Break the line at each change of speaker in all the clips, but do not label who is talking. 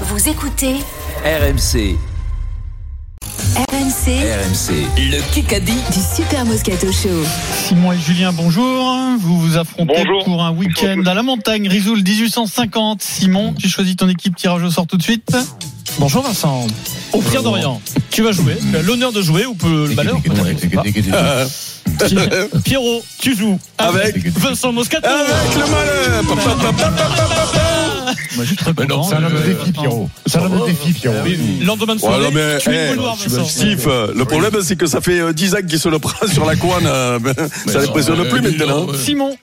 Vous écoutez
RMC,
RMC
RMC, le Kikadi.
du Super Moscato Show.
Simon et Julien, bonjour. Vous vous affrontez
Bonjour.
pour un week-end à la montagne. Risoul 1850. Simon, tu choisis ton équipe. Tirage au sort tout de suite. Bonjour Vincent. Au Pierre d'Orient, tu vas jouer. Tu as l'honneur de jouer ou peut
Bah
le malheur. peut-être, je sais pas. Euh, Pierre- Pierrot, tu joues avec, Vincent Moscato.
Avec le malheur Pa, pa, pa, pa, pa, pa, pa, pa.
Moi, je suis très content.
C'est un homme de
Bah, Euh,
défi, Pierrot. C'est un homme de défi, Pierrot.
Oui, oui. Lendemain de
Ouais,
soirée,
non, mais,
tu es
eh,
le couloir,
tu vas
Vincent.
Steve, euh, le problème c'est que ça fait euh, 10 ans qu'il se le prend sur la couane. euh, ça l'impressionne plus
Euh,
maintenant. hein.
Simon,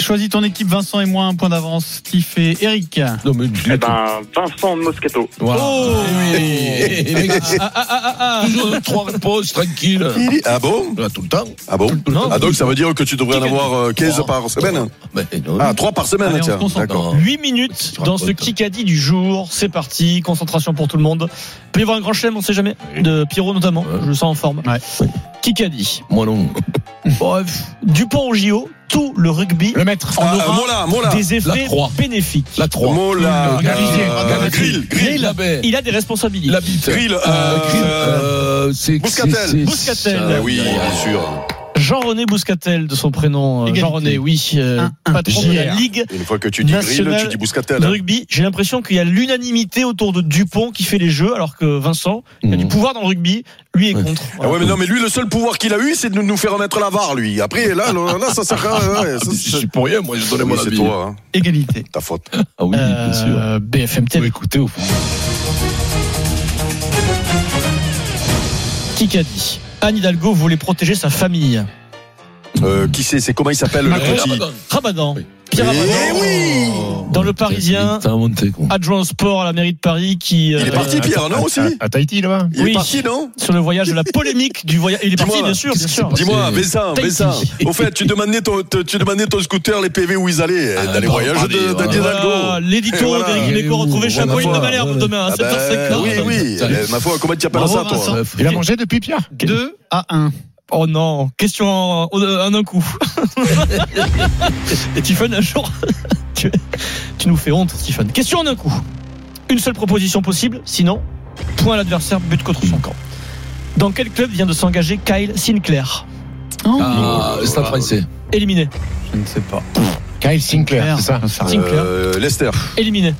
choisis ton équipe. Vincent et moi, un point d'avance. Tiff et Eric.
Eh ben, Vincent Moscato.
Oh
Eh,
Ah, ah, ah, ah, ah.
Trois réponses, tranquille.
Ah bon
Tout le temps.
Ah bon
Non.
Ah donc ça veut dire que tu devrais en avoir euh, 15
Trois.
par semaine
Ben,
Ah, 3 par semaine,
Allez, on
tiens.
se concentre.
D'accord.
8 minutes dans ce Kikadi du jour. C'est parti. Concentration pour tout le monde. Peut y avoir un grand chelem, on sait jamais. De Pierrot notamment. Je le sens en forme. Kikadi.
Moi non.
Bref. Dupont au JO. Tout le rugby
Le maître.
en
Ah,
aura
Mola, Mola.
des effets
croix.
bénéfiques.
La 3.
Mola.
Galizier,
euh,
Galizier.
Grill, Grill,
Mais il, a, il a des responsabilités.
La bite.
Grill, euh,
Euh, c'est-
Bouscatel.
c'est- c'est-
Bouscatel.
Ah
Eh oui, bien sûr.
Jean-René Bouscatel, de son prénom. euh,
Égalité.
Jean-René, oui. euh, patron de la
JR.
Ligue
Une fois que tu dis Grill,
National
tu dis
de
Bouscatel.
rugby. J'ai l'impression qu'il y a l'unanimité autour de Dupont qui fait les jeux, alors que Vincent, qui a du
Mhm.
pouvoir dans le rugby, lui est contre.
Ah ouais, mais non, mais lui, le seul pouvoir qu'il a eu, c'est de nous faire remettre la VAR, lui. Après, là, là, là, ça sert à rien. ouais, ça,
mais
c'est-
Je suis pour rien, moi, je donnais
Oui,
mon
c'est
avis.
toi, hein,
Égalité.
ta faute.
Ah oui, bien sûr.
Euh, BFM TV.
écouter au fond.
Qui qu'a dit Anne Hidalgo voulait protéger sa famille.
Euh, qui c'est C'est comment il s'appelle le
Euh,
petit
Rabadan.
Oui.
Pierre
Eh
Rabadan.
oui
Dans le Parisien.
T'as inventé, quoi.
Adjoint au sport à la mairie de Paris qui
Il est
euh,
parti, Pierre, non aussi
À Tahiti, là-bas
Il
oui.
est parti, non
sur le voyage de la polémique du voyage il est parti
Dis-moi,
bien sûr bien sûr
Dis-moi, Vincent,
Tahiti.
Vincent. Au fait, tu demandais ton, te- tu demandais ton scooter, les PV où ils allaient, euh, dans les
bah,
voyages
allez,
de- de-
voilà.
Voilà,
d'Hidalgo.
Ah, l'édito
Et Eh voilà.
d'Éric
Il est
Mecco
où
retrouvé
Voilà,
Chapeau et de
voilà.
Malherbe
voilà.
demain à
Ah ben,
7h50
oui, oui.
Putain.
Eh, Ma foi, comment tu appelles
Bravo,
ça,
Vincent.
toi
Il a mangé depuis, Pierre
2 à 1 oh non question en, en un coup et Tiffen un jour tu, tu nous fais honte Tiffen question en un coup une seule proposition possible sinon point à l'adversaire but contre son camp dans quel club vient de s'engager Kyle Sinclair
Ah, Stade français.
éliminé
Je ne sais pas.
Kyle Sinclair,
c'est
ça
Sinclair
Euh, Lester.
éliminé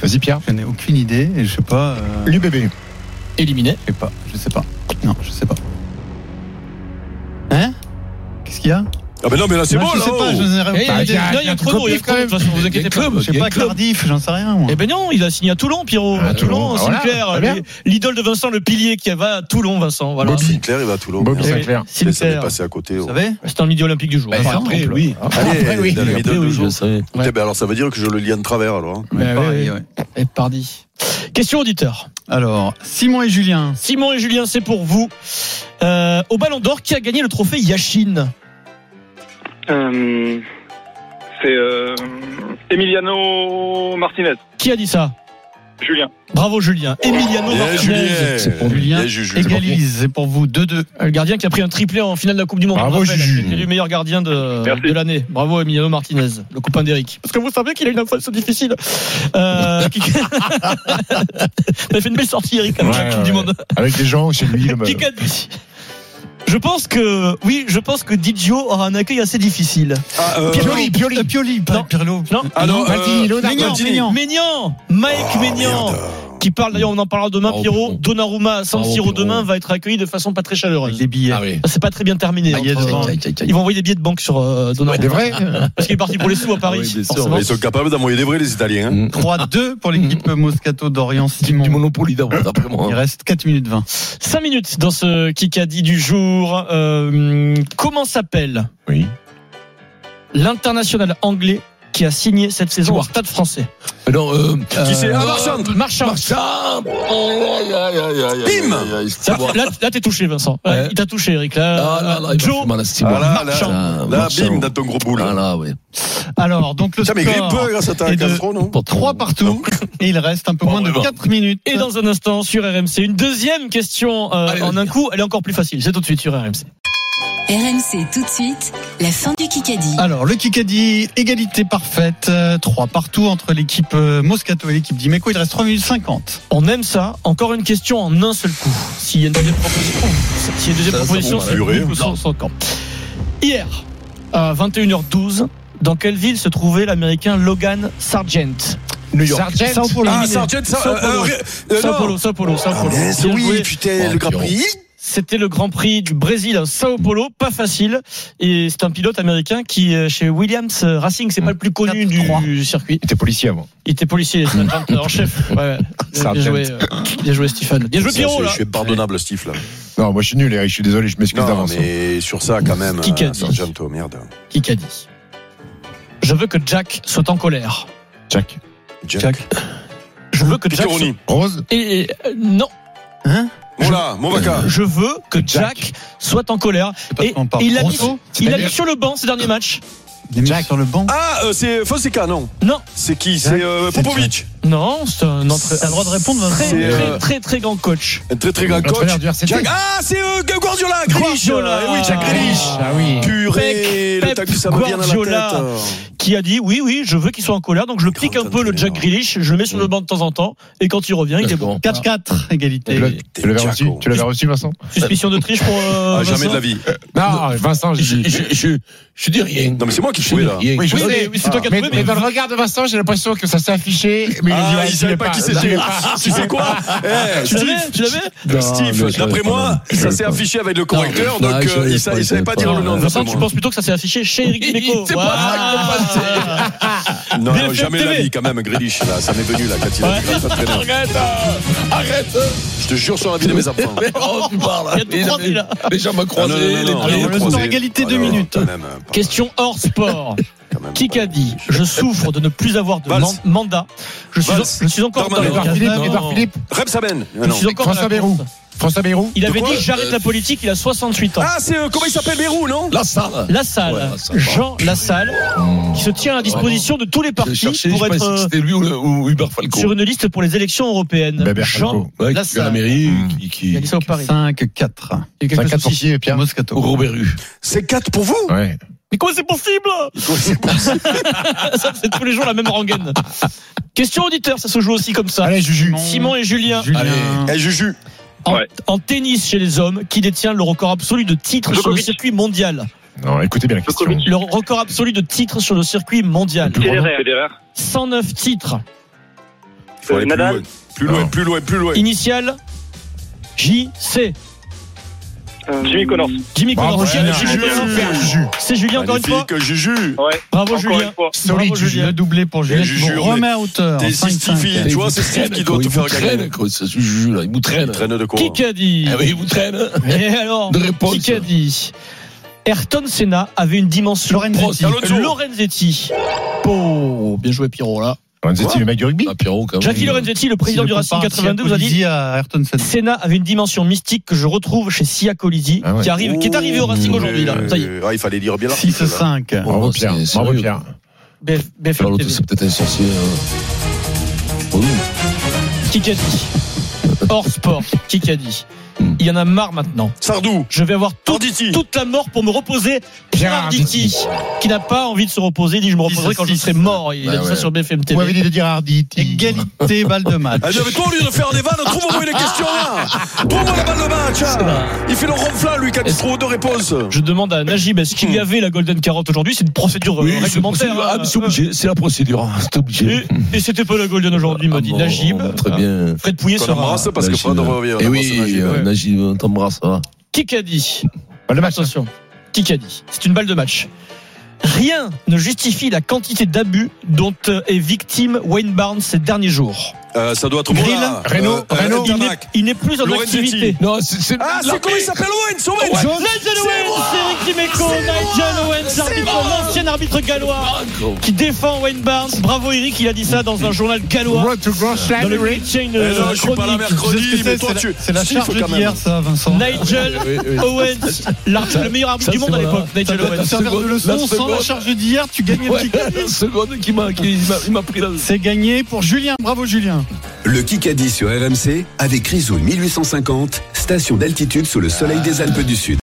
Vas-y, Pierre.
Je n'ai aucune idée et je sais pas. euh,
L'UBB.
éliminé
je sais pas. Je sais pas. Non, je sais pas. Hein Qu'est-ce qu'il y a
Ah ben non, mais là, c'est
Moi,
bon,
Je
là.
sais pas.
oh.
Je n'ai
Eh, il y a-
rien.
il y a- il y a un chrono, il y a un chrono, de toute façon, vous inquiétez pas.
Je sais pas Cardiff, j'en sais rien. Moi.
Eh ben non, il a signé à Toulon, Pierrot.
Ah,
à Toulon,
Toulon, bah
Sinclair.
voilà, très bien.
L'idole de Vincent, le pilier qui va à Toulon, Vincent. Voilà.
Bobby Sinclair, il va à Toulon.
Bobby
Eh oui,
Sinclair.
Ça m'est
Sinclair.
passé à côté.
Vous
oh.
savez
C'est dans le milieu olympique du jour. hein, Par
après,
exemple.
Bah, oui.
Allez,
Après, oui.
dans les vidéos
Après,
de
oui,
jour.
je savais.
Eh ben, alors, ça veut dire que je le lis de travers, alors. hein.
Ouais,
Pareil,
ouais.
ouais.
Et pardi. Question auditeur.
Alors, Simon et Julien.
Simon et Julien, c'est pour vous. Euh, au Ballon d'Or, qui a gagné le trophée Yachine
Euh, c'est euh, Emiliano Martinez.
Qui a dit ça
Julien.
Bravo Julien. Emiliano
Bien,
Martinez.
Julien.
c'est pour
Julien
Bien, Juju.
Égalise, c'est pour vous 2-2.
Le gardien qui a pris un triplé en finale de la Coupe du Monde.
Bravo,
On le rappelle,
Juju.
qui est élu meilleur gardien de,
Merci.
de l'année. Bravo Emiliano Martinez, le copain d'Eric. Parce que vous savez qu'il a une influence difficile. Euh, qui- T'as fait une belle sortie Eric avant la
Ouais,
Coupe
ouais.
du Monde.
Avec des gens chez lui, le
Qui qu'a dit je pense que oui, je pense que Didio aura un accueil assez difficile.
Ah, euh,
Pioli, Pioli.
Euh, Pioli, pas
Non.
Pirlo.
Non.
alors,
Platini,
euh,
Leonardo.
Maignan,
Platini.
Maignan.
Maignan, Mike Maignan,
merde.
qui parle d'ailleurs, on en parlera demain.
Bravo,
Pierrot,
Pierrot.
Donnarumma, à San
Bravo,
Siro
Pierrot.
demain va être accueilli de façon pas très
Avec
chaleureuse.
des billets.
Ah oui.
C'est pas très bien terminé.
Ah, il y a
entre-
devant.
Ils vont envoyer des billets de banque sur euh, Donnarumma.
C'est vrai
Parce qu'il est parti pour les sous à Paris.
Ah oui, bien sûr,
forcément.
Ils sont capables d'envoyer des vrais, les Italiens. hein.
3-2 pour l'équipe Moscato d'Orient
Du
Simon.
Monopoly d'avant, d'après moi.
Il reste 4 minutes 20.
5 minutes dans ce Kikadi du jour. Euh, comment s'appelle
Oui.
l'international anglais qui a signé cette saison au
Stewart.
Stade français
Mais Non, euh,
Qui c'est Ah, Marchand
Marchand.
Marchand
Bim
Ça, là, là, t'es touché, Vincent. Ouais,
Ouais.
Il t'a touché, Eric. Là,
Ah là là, il va
Joe
faire mal à ce type.
Ah là,
Marchand.
Ah,
Là,
Marchand.
bim, dans ton gros boule.
Ah là, ouais.
Alors, donc le
Tiens, mais grippe
score
peu grâce à
Et
ta
de-
gastro, non
3 partout. Et il reste un peu
Bon,
moins de
vraiment.
4 minutes.
Et dans un instant sur RMC, une deuxième question euh,
Allez,
en
vas-y.
un coup. Elle est encore plus facile. C'est tout de suite sur RMC.
RMC tout de suite, la fin du Kikadi.
Alors, le Kikadi, égalité parfaite, 3 partout entre l'équipe euh, Moscato et l'équipe d'Imeco. Il reste 3 minutes 50.
On aime ça. Encore une question en un seul coup. S'il y a une deuxième proposition, s'il y a une deuxième
Ça, hein. ça
proposition,
va
c'est
durer.
double sans- sans camp. Hier, à 21h12, dans quelle ville se trouvait l'américain Logan Sargent
New York.
Sargent Sao Paulo.
Ah,
éliminé.
Sargent, ça,
Sao
euh,
Paulo.
euh, euh,
Sao
non. Ah,
Paulo, Sao Paulo, Sao Paulo.
Mais
Bien
oui,
joué.
putain, le Grand Prix.
C'était le Grand Prix du Brésil à Sao Paulo, pas facile. Et c'est un pilote américain qui, euh, chez Williams euh, Racing, c'est pas le plus connu du circuit.
Il était policier avant.
Il était policier, c'est un entraîneur en chef. Ouais, ouais. Bien
Sargent.
joué, euh, bien joué, Stéphane. Bien joué, Pierrot,
Je
là.
suis pardonnable, Steve, là.
Non, moi je suis nul, Eric, je suis désolé, je m'excuse
Non,
d'avance.
mais sur ça, quand même,
hein. Qui qu'a
euh,
dit
Sargento, merde.
Qui qu'a dit Je veux que Jack soit en colère.
Jack.
Jack.
Je veux que Jack. Soit...
Piccheroni.
Rose
Et, et, euh, non,
Voilà, mon vaca.
je veux que Jack,
Jack.
soit en colère.
pas de
Et
quoi on parle.
il l'a mis,
Grosso
il l'a
C'est-à-dire-
mis sur le banc ces derniers matchs.
Il est mis sur le banc.
Ah, euh, c'est Fonseca, non
Non.
C'est qui C'est euh, Popovic.
Non, c'est un entra-
T'as le droit de répondre,
très,
Vincent
C'est,
hein. très,
euh,
très, très grand coach.
Un très très grand coach.
L'entraîneur du RCT.
Jack. Ah, c'est euh, Guardiola, Grealish.
Guardiola.
Eh oui, Jack Grealish.
Ah oui.
Purée,
Pep,
le tac, ça me vient dans
Guardiola. Ah,
la tête. euh.
qui a dit oui, oui, je veux qu'il soit en colère, donc je le
Grand
pique un peu le Jack
entraîneur.
Grealish, je le mets sur le banc de temps en temps, et quand il revient, il est bon.
4-4,
Tu l'as-
égalité.
tu l'avais reçu Tu l'avais reçu, Vincent
Suspicion de triche pour. euh,
Ah, jamais
Vincent
de la vie.
Non, Vincent, j'ai dit.
dis rien.
Non, mais c'est moi qui suis là.
Oui, je
Oui,
sais.
mais- mais c'est toi qui as
Mais,
trouvé,
mais
mais-
dans le regard de Vincent, j'ai l'impression que ça s'est affiché. Mais il
Ah,
a-
il savait pas qui
il a
c'était.
pas-
Tu sais quoi Eh,
Tu l'avais
Steve,
Tu l'avais
Non, mais
Steve,
je
d'après
savais
moi,
pas.
ça s'est affiché avec le correcteur,
Non,
donc
je
euh,
savais
il sa-
pas,
il
je
savait pas dire
savais
le nom.
pas.
d'après
Vincent, tu
moi.
penses plutôt que ça s'est affiché chez Eric Dimeco
C'est pas
Voilà.
Non, non,
BFM
jamais de la
TV.
vie, quand même, Grealish, là, ça m'est venu, là, quand il a dit grâce à Traîneur.
Arrête euh, Arrête
Je te jure sur la vie de mes enfants.
Oh, tu parles
Il y a tout croisé, là.
Les gens m'ont
Ah, non, non,
croisé,
non, non,
les
non,
trucs.
le
croisé.
score égalité,
Ah,
deux
non,
minutes.
quand même, pas-
Question hors sport.
quand même,
Qui
pas-
qu'a dit Je souffre de ne plus avoir de
Valls.
man- mandat. Je suis,
Valls.
je suis encore dans
Darmanin.
le
Édouard
cadre.
Philippe,
Non.
Édouard Philippe,
Rebsamen. Ah,
Je
non.
suis encore
François
dans la
Bayrou.
course.
François Bayrou.
Il avait
quoi
dit j'arrête la politique, il a 68 ans.
Ah, c'est euh, comment il s'appelle Bérou, non
La salle
La salle,
Ouais, la salle.
Jean Lassalle, qui se tient à la disposition de tous les
J'ai
partis
cherché, je
pour
sais pas
être
si
euh,
c'était lui ou, le- ou Hubert Falco.
sur une liste pour les élections européennes.
Bah,
Bébert
Jean
Falco.
Ouais, qui fait la
Lassalle.
mairie,
Mmh.
qui,
Il a
qui,
dit ça au Paris.
5-4.
Il y a
T'as
quelques
quatre
soucis.
sorciers, Pierre.
Moscato.
ou Robert Rue.
C'est 4 pour vous
Ouais.
Mais comment c'est possible Ça, c'est tous les jours la même rengaine. Question auditeur, ça se joue aussi comme ça.
Allez, Juju.
Simon et Julien,
Julien.
Eh, Juju.
en,
Ouais.
en tennis chez les hommes, qui détient le record absolu de titres sur le
Djokovic.
circuit mondial
Non, écoutez bien la question.
Djokovic.
Le record absolu de titres sur le circuit mondial.
Federer. Federer.
109 titres.
Faut aller plus
Nadal.
loin. Plus loin,
Non.
plus loin, plus loin.
Initial JC.
Euh, Jimmy Connors.
Jimmy
Bravo,
Connors.
Julien.
Qui a dit-
Super, Juju.
C'est Julien encore une fois.
Magnifique, Juju.
Ouais.
Bravo
Encore
Julien.
une fois.
Solide,
Bravo
Juju.
Julien.
Le doublé pour Julien.
je jure,
Bon, Romain à hauteur.
T'es
5-5.
Steve, tu vois, c'est Steve qui doit te
Il vous
faire gagner.
traîne, quoi, ce juge-là. Il vous traîne.
Traîne de quoi
Qui qu'a
Eh
dit
Ah oui, il vous traîne. hein.
Et Eh, alors
De réponse.
Qui qu'a dit Ayrton Senna avait une dimension
Lorenzetti.
Lorenzetti. Lorenzetti.
Ah
Oh, bien joué Pierrot là.
Lorenzetti, le mec du rugby.
Ah, Pierrot, quand même.
Jackie Lorenzetti, le président
Si
du
le
Racing
compare à
82, vous a dit
Schiapolizzi à Ayrton Senna.
Senna avait une dimension mystique que je retrouve chez Sia Colisi,
Ah ouais.
qui, arrive, qui est arrivé au
Mmh.
Racing aujourd'hui. Là. Ça y est.
Ah, il fallait lire bien là.
6-5.
Bravo,
Oh,
Pierre.
c'est
Bravo,
sérieux.
Pierre.
BF-
Pierre
BFM
Lotto,
TV.
c'est peut-être un sorcier. hein. Oh, non.
Qui qu'a dit Hors sport, qui qu'a dit
Hmm.
Il y en a marre maintenant.
Sardou.
Je vais avoir tout
Torditi.
toute la mort pour me reposer. Pierre Arditi, qui n'a pas envie de se reposer, dit je me reposerai quand je serai mort. Il
Bah
a
Ouais,
dit ça
ouais.
sur BFM
Vous m'avez
TV.
dit de dire Hardy.
Égalité, balle de match.
Ah, J'avais toi, au lieu de faire des vannes, trouve-moi une question là Trouve-moi la balle de match hein. Il fait le ronflin, lui, quand il trouve deux réponses
Je demande à Najib est-ce qu'il y avait la Golden Carotte aujourd'hui C'est une procédure euh,
Oui, c'est
réglementaire.
procédure. Ah,
hein.
mais c'est obligé, c'est la procédure. hein, C'est obligé.
Et, et c'était pas la Golden aujourd'hui, m'a
Ah,
dit
bon,
Najib. euh,
Très bien.
Fred Pouillet
Qu'on
sera.
embrasse
Bah,
parce que
Najib.
Fred revient.
Eh
On
oui,
embrasse Najib.
euh, Najib, on t'embrasse. ça va.
Qui qu'a dit
Le match.
Attention. Qui qu'a dit C'est une balle de match. Rien ne justifie la quantité d'abus dont euh, est victime Wayne Barnes ces derniers jours.
Euh, Ça doit être bon
Grill, hein.
là
Renault,
Euh, euh,
Il
Renault.
n'est-
Intermark.
il n'est plus en
Lorenzetti.
activité.
Non, c'est- c'est.
Ah, c'est comment il s'appelle
Oh,
Owens Owens Eh
Nigel Owens, Eric Dimeco, Nigel Owens, arbitre, l'ancien arbitre gallois qui défend Wayne Barnes. Bravo Eric, il a dit ça dans un journal gallois.
Road to Grand
Dans le
Slam.
Great Chain
Eh
euh,
non, je suis pas là
Chronique.
Tu
mercredi,
sais ce que
mais
c'est,
toi
c'est
tu.
la- C'est la
Steve,
charge
quand même.
d'hier, ça, Vincent.
Nigel
Ah,
Owens, l'arbitre, le meilleur arbitre
Ça,
du monde
c'est
à
voilà.
l'époque. Nigel
doit te
Owens.
servir de
La
leçon. Sans
seconde.
la charge d'hier, tu gagnes le
Ouais,
petit
la seconde qui m'a qui m'a- il m'a pris la.
C'est gagné pour Julien. Bravo, Julien.
Le Kikadi sur RMC avec Rizoul 1850, station d'altitude sous le soleil des Alpes du Sud.